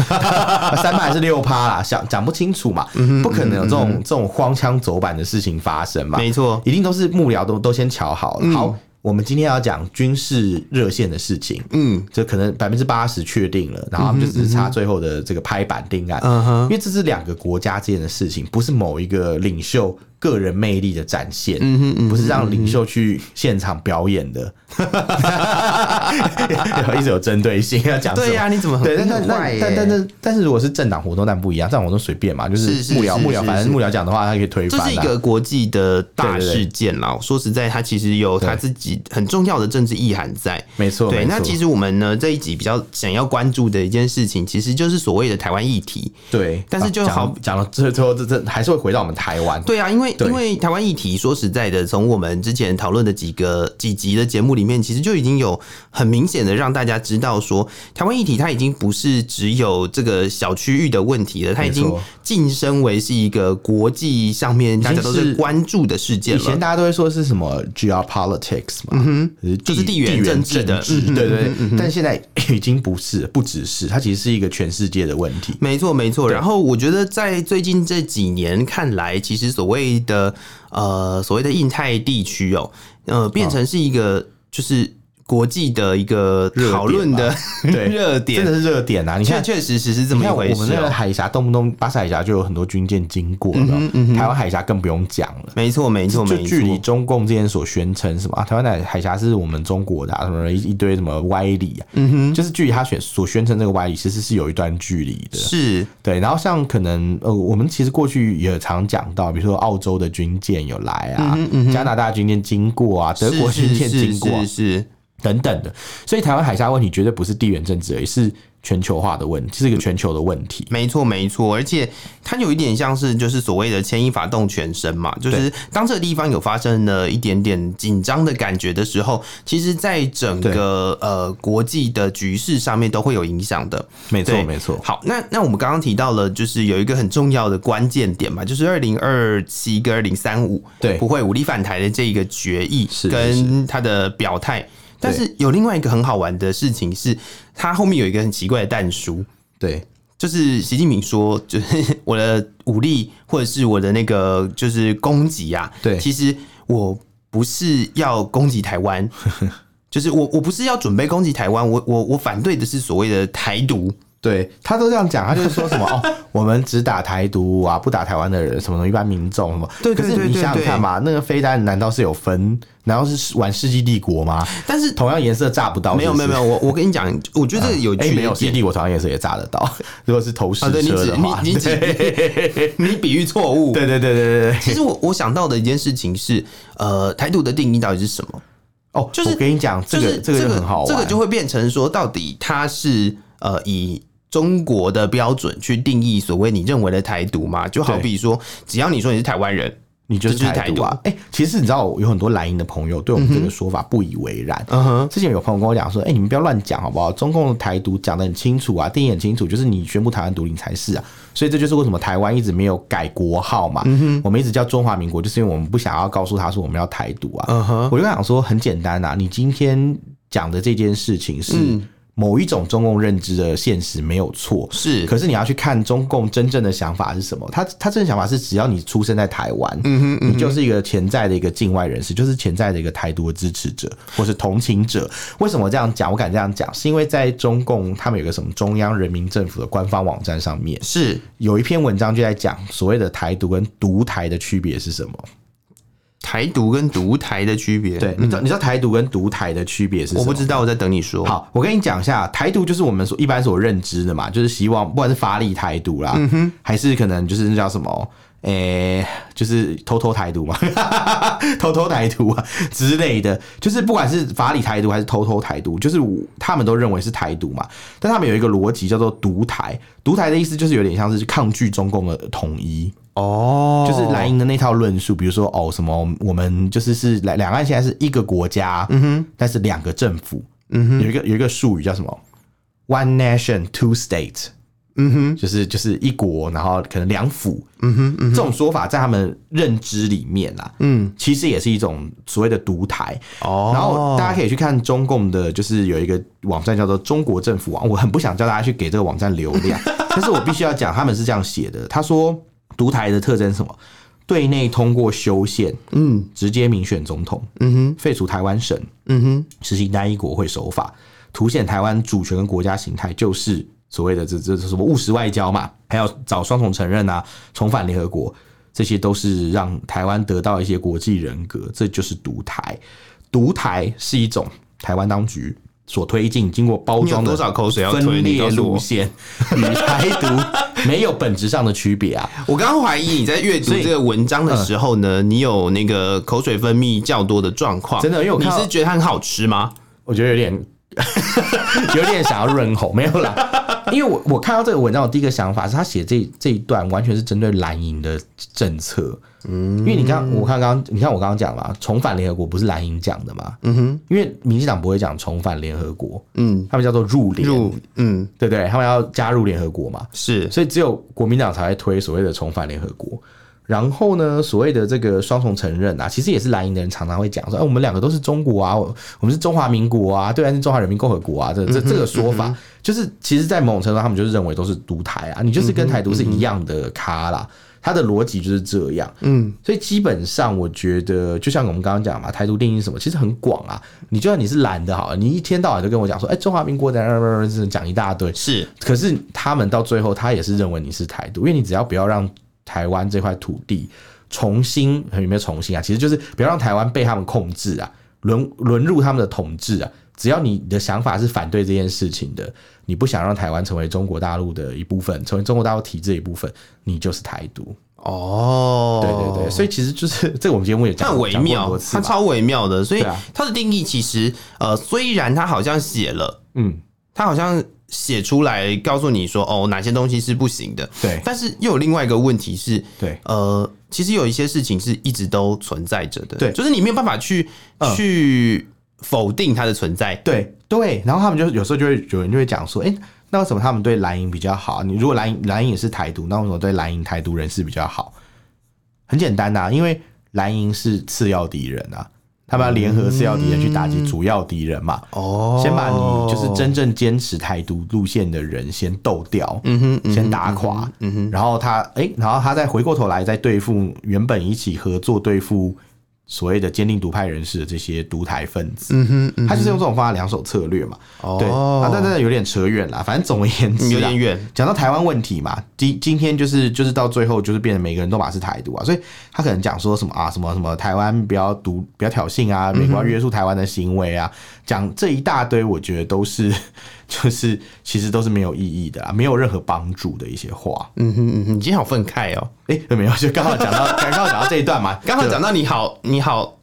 A: 三趴还是六趴啦，想讲不清楚嘛，
B: 嗯
A: 不可能有这种这种荒腔走板的事情发生嘛，
B: 没嗯错，
A: 一定都是幕僚都都先瞧好了。好，我们今天要讲军事热线的事情，
B: 嗯，
A: 这可能百分之八十确定了，然后他们就只是差最后的这个拍板定案，
B: 嗯哼
A: 因为这是两个国家之间的事情，不是某一个领袖个人魅力的展现，
B: 嗯
A: 不是让领袖去现场表演的， 一直有针对性要讲什么
B: 对呀、你怎么很
A: 对，但
B: 你
A: 但
B: 很坏
A: 但
B: 耶
A: 但但是但是如果是政党活动，但不一样，政党活动随便嘛，就是
B: 是
A: 幕僚
B: 是
A: 幕僚，
B: 是
A: 反正幕僚讲的话，他可以推翻
B: 这
A: 啊。
B: 是一个国际的
A: 对
B: 大
A: 对对
B: 事件啦。说实在，它其实有它
A: 对
B: 自己很重要的政治意涵在。
A: 没错，
B: 对，那其
A: 实
B: 实我们呢这一集比较想要关注的一件事情，其实就是所谓的台湾议题。
A: 对，
B: 但是就
A: 啊讲
B: 好
A: 讲到最最后，这这还是会回到我们台湾。
B: 对啊，因为
A: 对
B: 因为台湾议题，说实在的，从我们之前讨论的几个几集的节目里面，其实就已经有很明显的让大家知道说，台湾议题它已经不是只有这个小区域的问题了，它已
A: 没
B: 经
A: 错
B: 晋升为是一个国际上面大家都
A: 已经
B: 是
A: 是
B: 关注的事件
A: 以前
B: 了。
A: 大家都会说是什么 geopolitics 嘛，嗯、
B: 就是地缘政治的嗯哼
A: 对对对。但现在 已经不是，不只是，它其实是一个全世界的问题。
B: 没错，没错。然后我觉得，在最近这几年看来，其实所谓的呃所谓的印太地区哦，呃，变成是一个就是国际的一个
A: 热点
B: 讨论的
A: 对
B: 热
A: 真
B: 点，
A: 的是热点啊！你
B: 确
A: 看，
B: 确实实是这
A: 你
B: 么一
A: 看我
B: 回
A: 们
B: 事
A: 那个
B: 哦。
A: 海峡动不动巴士海峡就有很多军舰经过了，台湾海峡更不用讲了。
B: 没错，没
A: 嗯
B: 错，
A: 就
B: 没
A: 距离
B: 错。
A: 中共之前所宣称什么、啊、台湾的海峡是我们中国的、啊、什么一一堆什么歪理啊，嗯哼，就是距离他选所宣称这个歪理，其实是有一段距离的。
B: 是，
A: 对，然后像可能呃，我们其实过去也常讲到，比如说澳洲的军舰有来
B: 嗯
A: 啊，加拿大军舰经过啊，德国
B: 是
A: 军舰
B: 是是
A: 经过啊、
B: 是是
A: 等等的，所以台湾海峡问题绝对不是地缘政治而已，是全球化的问题，是一个全球的问题。
B: 没错，没错，而且它有一点像是就是所谓的牵一发动全身嘛，就是当这个地方有发生了一点点紧张的感觉的时候，其实在整个呃国际的局势上面都会有影响的。
A: 没错，
B: 对
A: 没错，
B: 好，那那我们刚刚提到了，就是有一个很重要的关键点嘛，就是二零二七跟二零三五
A: 对
B: 不会武力反台的这一个决议
A: 是
B: 跟他的表态。但是有另外一个很好玩的事情是，它后面有一个很奇怪的弹书，
A: 对，
B: 就是习近平说，就是 我的武力或者是我的那个就是攻击啊，
A: 对
B: 其实我不是要攻击台 湾，就是我我不是要准备攻击台湾，我我我反对的是所谓的台独，
A: 对他都这样讲，他就是说什么哦，我们只打台独啊，不打台湾的人，什么的，一般民众什么。
B: 对对
A: 可是
B: 对
A: 你
B: 对
A: 想想
B: 对
A: 看嘛，那个飞弹难道是有分？难道是玩世纪帝国吗？
B: 但是
A: 同样颜色炸不到
B: 没有没有没
A: 有。
B: 有，我我跟你讲，我觉得这个有
A: 哎、
B: 趣
A: 没有，
B: 的
A: 世纪
B: 点。
A: 帝国同样颜色也炸得到。 如果是投石
B: 啊，对你
A: 车
B: 只
A: 的话，
B: 你你只你比喻错误。
A: 对对对对对对。
B: 其实我我想到的一件事情是，呃，台独的定义到底是什么？
A: 哦，
B: 就是
A: 我跟你讲，这
B: 就
A: 个、
B: 是
A: 这个就很好玩，
B: 这个就会变成说，到底它是呃以中国的标准去定义所谓你认为的台独嘛？就好比说，只要你说你是台湾人，
A: 你就是
B: 就是
A: 台
B: 台
A: 独啊！哎、其实你知道，有很多蓝营的朋友对我们这个说法不以为然。
B: 嗯哼，
A: 之前有朋友跟我讲说：“哎、你们不要乱讲好不好？中共的台独讲的很清楚啊，定义很清楚，就是你宣布台湾独立才是啊。所以这就是为什么台湾一直没有改国号嘛，
B: 嗯
A: 我们一直叫中华民国，就是因为我们不想要告诉他说我们要台独啊。
B: 嗯哼，
A: 我就跟他讲说，很简单啊，你今天讲的这件事情
B: 嗯
A: 是某一种中共认知的现实没有错，
B: 是，
A: 可是你要去看中共真正的想法是什么？他他真正想法是，只要你出生在台湾，你就是一个潜在的一个境外人士，就是潜在的一个台独的支持者或是同情者。为什么这样讲？我敢这样讲，是因为在中共他们有个什么中央人民政府的官方网站上面，
B: 是
A: 有一篇文章就在讲所谓的台独跟独台的区别是什么？
B: 台独跟独台的区别。
A: 对，你知道、你知道台独跟独台的区别是什么？
B: 我不知道，我在等你说。，
A: 好，我跟你讲一下，台独就是我们所一般所认知的嘛，就是希望不管是法理台独啦，还是可能就是那叫什么。诶、就是偷偷台独嘛， 偷偷台独啊之类的，就是不管是法理台独还是偷偷台独，就是我他们都认为是台独嘛。但他们有一个逻辑叫做独台，独台的意思就是有点像是抗拒中共的统一。
B: 哦，
A: 就是蓝营的那套论述，比如说哦什么，我们就是是两两岸现在是一个国家，嗯哼，但是两个政府，嗯哼，有一个有一个术语叫什么？One nation, two state，嗯哼，就是就是一国，然后可能两府，嗯哼，这种说法在他们认知里面啦，嗯，其实也是一种所谓的独台，
B: 哦，
A: 然后大家可以去看中共的，就是有一个网站叫做中国政府网，我很不想叫大家去给这个网站流量，但是我必须要讲，他们是这样写的，他说独台的特征是什么？对内通过修宪，嗯，直接民选总统，嗯哼，废除台湾省，嗯哼，实行单一国会手法，凸显台湾主权跟国家形态，就是所谓的这这这什么务实外交嘛，还有找双重承认啊，重返联合国，这些都是让台湾得到一些国际人格，这就是独台。独台是一种台湾当局所推进、经过包
B: 你有
A: 装
B: 多
A: 的
B: 少口水要推？
A: 分
B: 你
A: 裂
B: 告诉
A: 路
B: 我，
A: 线，与台独 没有本质上的区别啊。
B: 我刚刚怀疑你在阅读
A: 所以嗯
B: 这个文章的时候呢，你有那个口水分泌较多的状况。
A: 真的因为我
B: 你
A: 看到
B: 是觉得它很好吃吗？
A: 我觉得有点 有点想要润喉，没有啦。因为我我看到这个文章，我第一个想法是他写这这一段完全是针对蓝营的政策。嗯，因为你刚我看刚刚你看我刚刚讲嘛，重返联合国不是蓝营讲的嘛？嗯哼，因为民进党不会讲重返联合国，
B: 嗯，
A: 他们叫做入联，
B: 入嗯
A: 对不对？他们要加入联合国嘛？
B: 是
A: 所以只有国民党才会推所谓的重返联合国。然后呢，所谓的这个双重承认啊，其实也是蓝营的人常常会讲说，哎、我们两个都是中国啊，我我们是中华民国啊，对岸是中华人民共和国啊，这这这个说法，就是其实，在某种程度上，他们就是认为都是独台啊，你就是跟台独是一样的咖啦。它的逻辑就是这样。嗯，所以基本上我觉得，就像我们刚刚讲嘛，台独定义是什么，其实很广啊。你就算你是懒的好了，你一天到晚就跟我讲说，哎、中华民国的讲一大堆，
B: 是
A: 可是他们到最后，他也是认为你是台独，因为你只要不要让台湾这块土地重新有没有重新啊？其实就是不要让台湾被他们控制啊，沦沦入他们的统治啊。只要你的想法是反对这件事情的，你不想让台湾成为中国大陆的一部分，成为中国大陆体制的一部分，你就是台独。
B: 哦，
A: 对对对，所以其实就是这个我们节目也
B: 它
A: 讲
B: 很微
A: 讲过很
B: 妙
A: 多，次
B: 它
A: 嘛
B: 超微妙的，所以
A: 对啊
B: 它的定义其实呃，虽然它好像写了，
A: 嗯，
B: 它好像写出来告诉你说哦哪些东西是不行的，
A: 对
B: 但是又有另外一个问题是，
A: 对
B: 呃，其实有一些事情是一直都存在着的，
A: 对
B: 就是你没有办法去、
A: 嗯
B: 去否定它的存在，
A: 对对，然后他们就有时候就会有人就会讲说，哎、那为什么他们对蓝营比较好？你如果蓝营蓝营也是台独，那为什么对蓝营台独人士比较好？很简单呐、啊因为蓝营是次要敌人啊，他们要联合次要敌人去打击主要敌人嘛。
B: 哦
A: 先把你就是真正坚持台独路线的人先斗掉，嗯哼，先打垮，嗯哼，然后他哎、然后他再回过头来再对付原本一起合作对付所谓的坚定独派人士的这些独台分子，嗯哼，他就是用这种方法两手策略嘛，对，啊，但但有点扯远了，反正总而言之、啊，
B: 哦有点远，
A: 讲到台湾问题嘛，今今天就是就是到最后就是变成每个人都把是台独啊，所以他可能讲说什么啊什么什么台湾不要独不要挑衅啊，美国要约束台湾的行为啊，讲、这一大堆，我觉得都是 就是其实都是没有意义的啊，没有任何帮助的一些话。
B: 嗯哼嗯哼，你今天好愤慨哦，
A: 哎、没有，就刚好讲到刚好讲到这一段嘛，
B: 刚好
A: 就
B: 讲到你好你好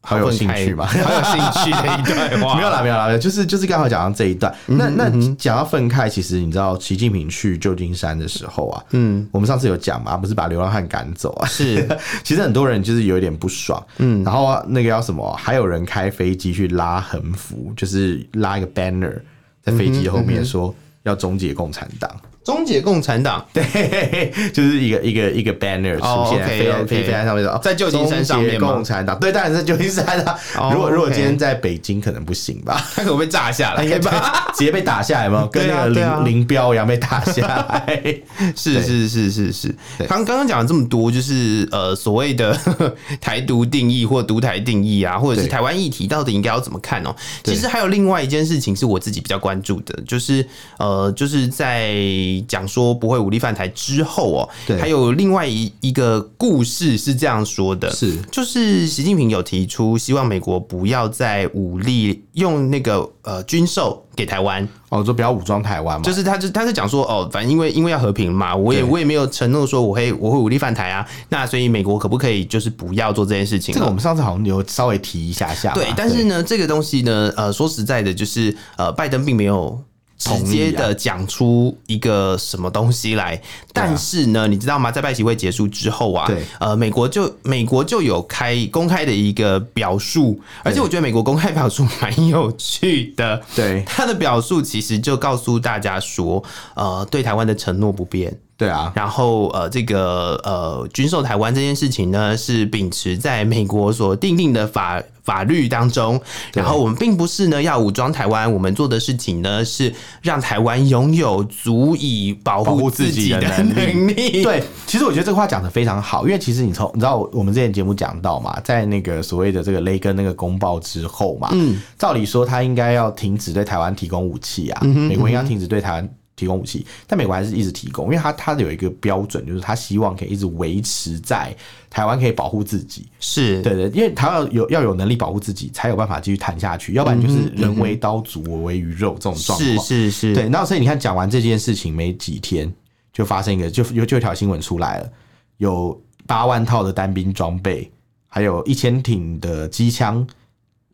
A: 好有
B: 愤
A: 兴
B: 慨
A: 趣嘛
B: 好有兴趣的一段话，
A: 没有啦，没有啦，就是就是刚好讲到这一段。
B: 嗯
A: 那那讲到愤慨，其实你知道，习近平去旧金山的时候啊，嗯，我们上次有讲嘛，不是把流浪汉赶走啊，
B: 是。
A: 其实很多人就是有一点不爽，嗯，然后啊那个要什么，还有人开飞机去拉横幅，就是拉一个 banner 在飞机后面
B: 嗯
A: 说要终结共产党，
B: 终结共产党，
A: 对，嘿嘿就是一个一个一个 banner
B: 哦
A: 出现在飞
B: OK，OK
A: 飞飞在上面说，哦
B: 在旧金山上面吗
A: 终结共产党，对，当然是旧金山啊
B: 哦。
A: 如果
B: OK
A: 如果今天在北京可能不行吧。
B: 他 可能被炸下
A: 他
B: 来
A: 应该被
B: 吧？
A: 直接被打下来吗？跟那个
B: 对啊对啊
A: 林林彪一样被打下来。
B: 是
A: 对
B: 是是是是。
A: 对
B: 刚刚刚讲了这么多，就是呃所谓的 台独定义或独台定义啊，或者是
A: 对
B: 台湾议题到底应该要怎么看哦、
A: 对
B: 其实还有另外一件事情是我自己比较关注的，就是呃就是在讲说不会武力犯台之后哦、
A: 对
B: 还有另外一一个故事是这样说的，
A: 是
B: 就是习近平有提出希望美国不要再武力用那个呃军售给台湾。
A: 哦，说不要武装台湾嘛，
B: 就是他就他是讲说哦，反正因为因为要和平嘛，我也
A: 对
B: 我也没有承诺说我会我会武力犯台啊，那所以美国可不可以就是不要做这件事情啊
A: 这个我
B: 了？
A: 们上次好像有稍微提一下下嘛。
B: 对，但是呢，这个东西呢，呃，说实在的，就是呃，拜登并没有。直接
A: 同意啊
B: 的讲出一个什么东西来，但是呢，你知道吗？在拜习会结束之后啊
A: 对，
B: 呃，美国就美国就有开公开的一个表述，而且我觉得美国公开表述蛮有趣的，
A: 对
B: 他的表述其实就告诉大家说，呃，对台湾的承诺不变，
A: 对啊，
B: 然后呃，这个呃，军售台湾这件事情呢，是秉持在美国所定定的法法律当中，
A: 对
B: 然后我们并不是呢要武装台湾，我们做的事情呢是让台湾拥有足以保
A: 保
B: 护
A: 护
B: 自
A: 自
B: 己
A: 己
B: 的
A: 的
B: 能力，
A: 对，其实我觉得这个话讲的非常好，因为其实你从你知道我们之前节目讲到嘛，在那个所谓的这个雷根那个公报之后嘛，嗯，照理说他应该要停止对台湾提供武器啊，美国应该要停止对台湾。提供武器，但美国还是一直提供，因为他他有一个标准，就是他希望可以一直维持在台湾可以保护自己，
B: 是，
A: 对对，因为台湾有要有能力保护自己，才有办法继续谈下去，要不然
B: 嗯
A: 就是人为刀俎，我为鱼肉这种状况
B: 是。是是，
A: 对，那所以你看，讲完这件事情没几天，就发生一个，就有就有一条新闻出来了，有八万套的单兵装备，还有一千挺的机枪，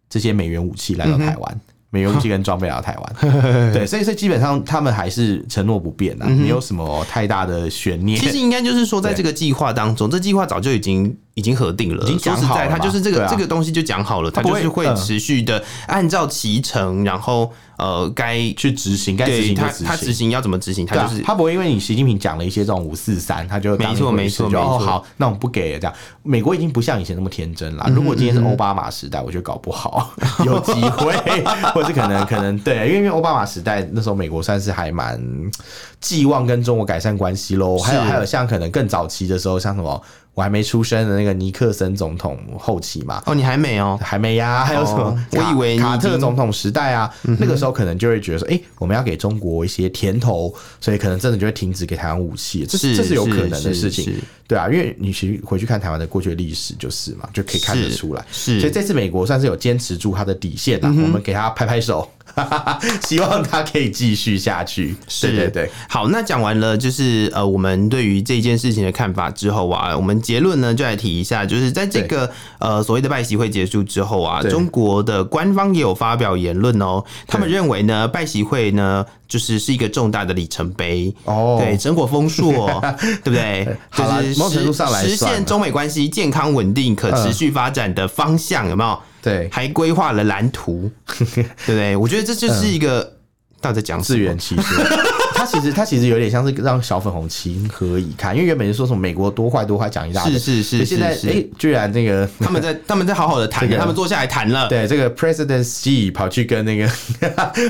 A: 这些美元武器
B: 嗯
A: 来到台湾。美元武器跟装备来到台 湾，对，所以所以基本上他们还是承诺不变啊，没有什么太大的悬念。
B: 嗯其实应该就是说，在
A: 对
B: 这个计划当中，这计划早就已经已经核定了，
A: 已经讲好了
B: 说实在，它就是这
A: 嘛
B: 个、
A: 对啊
B: 这个东西就讲好了，它
A: 不
B: 就
A: 会
B: 是会
A: 嗯
B: 持续的按照其程，然后呃该
A: 去执行，该执
B: 对
A: 行就
B: 它
A: 执
B: 它执
A: 行。
B: 行要怎么执行，它
A: 对
B: 就
A: 啊
B: 是，
A: 他不会因为你习近平讲了一些这种五四三，他就当
B: 没错
A: 一回事
B: 没错
A: 就哦
B: 没错
A: 好，那我们不给了这样。美国已经不像以前那么天真啦。如果今天是奥巴马时代，我觉得搞不好 有机会，或是可能可能对，啊因为因为奥巴马时代那时候美国算是还蛮寄望跟中国改善关系喽。还有
B: 是
A: 还有像可能更早期的时候，像什么我还没出生的那个尼克森总统后期嘛，
B: 哦，你还没哦，
A: 还没呀、还有什么
B: 哦
A: 卡？
B: 我以为你已
A: 卡特
B: 经嗯
A: 总统时代啊，那个时候可能就会觉得说，哎、我们要给中国一些甜头，所以可能真的就会停止给台湾武器，这
B: 是
A: 这是有可能的
B: 是
A: 事情，
B: 是
A: 对啊，因为你其实回去看台湾的过去的历史就是嘛，就可以看得出来。
B: 是嗯
A: 所以这次美国算是有坚持住它的底线啦，我们给他拍拍手， 哈哈哈，希望他可以继续下去。
B: 是
A: 对对对，
B: 好，那讲完了就是呃，我们对于这件事情的看法之后啊，我们结论呢就来提一下，就是在这个呃所谓的拜习会结束之后啊，
A: 对
B: 中国的官方也有发表言论哦，他们认为呢拜习会呢就是是一个重大的里程碑。
A: 哦，
B: 对，成果丰硕，哦 对不对？就
A: 好啦
B: 是
A: 某种程度上来
B: 实实
A: 算嗯
B: 现中美关系健康稳定、可持续发展的方向，有没有？
A: 对，
B: 还规划了蓝 图，对不对？我觉得这就是一个到底在讲
A: 嗯
B: 什
A: 自
B: 么
A: 圆其说。 他其实他其实有点像是让小粉红情何以堪，因为原本是说什么美国多坏多坏讲一大堆，
B: 是是是
A: 可现在
B: 是
A: 哎、居然那个
B: 他们在他们在好好的谈
A: 这
B: 了，
A: 个
B: 他们坐下来谈了，
A: 对这个 President Xi 跑去跟那个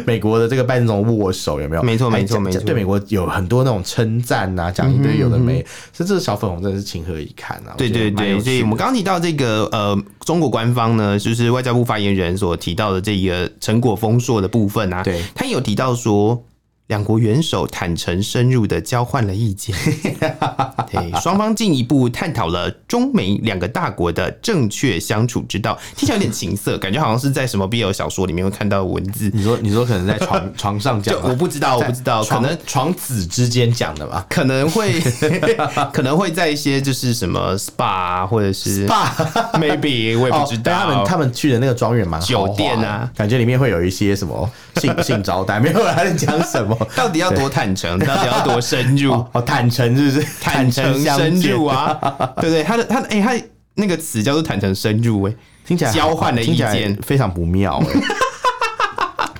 A: 美国的这个拜登总统握手，有没有？
B: 没错
A: 还
B: 没错
A: 讲
B: 没错
A: 对美国有很多那种称赞呐，讲一堆有的没，所以这个小粉红真的是情何以堪啊！
B: 对
A: 我觉得
B: 对
A: 蛮有
B: 对，
A: 趣
B: 所以
A: 的
B: 我们刚刚提到这个呃，中国官方呢，就是外交部发言人所提到的这个成果丰硕的部分啊，
A: 对
B: 他也有提到说，两国元首坦诚深入的交换了意见， 对，双方进一步探讨了中美两个大国的正确相处之道，听起来有点情色，感觉好像是在什么 BL 小说里面会看到的文字，
A: 你说你说可能在 床床上讲
B: 就
A: 吗，
B: 我不知道，我不知道，
A: 在
B: 可能
A: 床床子之间讲的 吧。
B: 可能会 可能会在一些就是什么 SPA 啊或者 是 maybe 我也
A: 哦，
B: 不知道，
A: 他们他们去的那个庄园蛮豪华的
B: 酒店啊，
A: 感觉里面会有一些什么性性招待，没有他在讲什 么。
B: 到底要多坦诚，到底要多深入，
A: 哦，坦诚是不是？
B: 坦诚
A: 相
B: 深
A: 见
B: 入，啊，对不对？他的他的哎、他那个词叫做坦诚深入、哎，
A: 听起来
B: 交换的意
A: 听起来
B: 见
A: 非常不妙、 欸。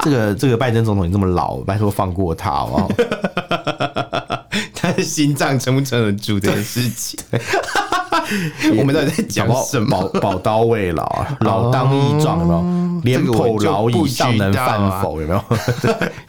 A: 这个这个拜登总统你这么老，拜托放过他好不好？
B: 他的心脏撑不撑得住这件事情。 我们到底在讲
A: 搞不好
B: 什么？ 哦
A: 宝宝刀未老啊，老当益壮有没有？
B: 这
A: 廉
B: 个
A: 颇
B: 我就
A: 老
B: 不
A: 矣，
B: 知
A: 尚能
B: 道啊
A: 饭否？有没有？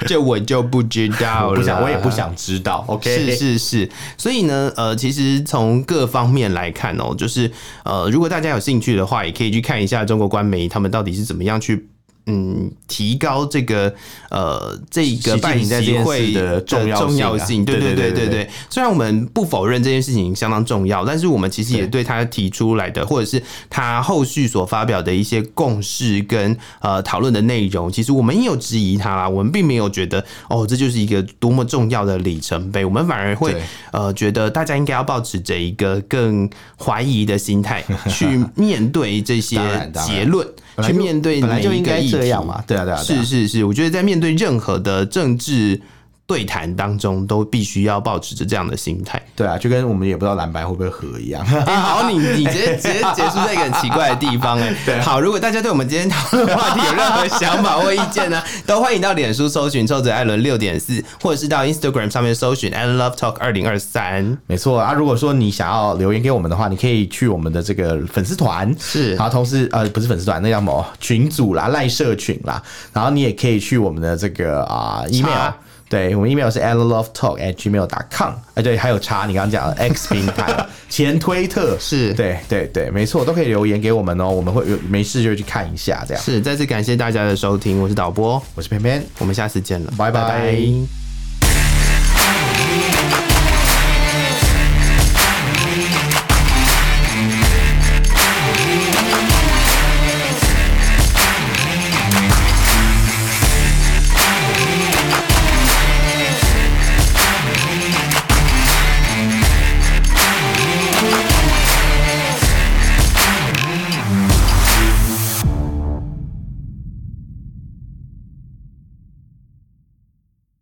B: 这我就不知道
A: 我
B: 了。
A: 不想，我也不想知道。OK，
B: 是是是，所以呢，呃，其实从各方面来看哦、就是呃，如果大家有兴趣的话，也可以去看一下中国官媒他们到底是怎么样去。嗯，提高这个呃，这个
A: 习近平
B: 拜
A: 这
B: 习
A: 件
B: 会
A: 事的重要
B: 重
A: 性
B: 要
A: 啊
B: 性，对
A: 对对
B: 对对
A: 对
B: 对
A: 对
B: 对。虽然我们不否认这件事情相当重要，但是我们其实也
A: 对
B: 对他提出来的，或者是他后续所发表的一些共识跟呃讨论的内容，其实我们也有质疑他啦。我们并没有觉得哦，这就是一个多么重要的里程碑，我们反而会
A: 对
B: 呃觉得大家应该要保持着一个更怀疑的心态去面对这 些
A: 当然当然
B: 结论。
A: 本来
B: 去
A: 就
B: 面对
A: 本来就
B: 每一
A: 应
B: 个
A: 该
B: 议
A: 这
B: 题
A: 样嘛。对啊，对啊，对啊
B: 是是是，我觉得在面对任何的政治对谈当中，都必须要保持着这样的 心态。
A: 对啊，就跟我们也不知道蓝白会不会合一样。
B: 哎、好，你你直接直接结束在一个很奇怪的地方哎、
A: 啊
B: 好，如果大家对我们今天讨论的话题有任何想法或意 见呢，都欢迎到脸书搜寻“臭嘴艾伦六点四”，或者是到 Instagram 上面搜寻 a l Love Talk 二零二三”。
A: 没错啊，如果说你想要留言给我们的话，你可以去我们的这个粉丝团，
B: 是
A: 然后同时呃不是粉丝团，那叫什么群组啦、赖社群啦，然后你也可以去我们的这个啊、email
B: 查。
A: 对我们 email 是 allovetalk at gmail com，哎对，还有查你刚刚讲的 X 平 台前推特，
B: 是
A: 对对对，没错，都可以留言给我们哦，我们会有没事就去看一下这样。
B: 是，再次感谢大家的收听，我是导播，
A: 我是偏偏，
B: 我们下次见了，
A: 拜拜
B: 拜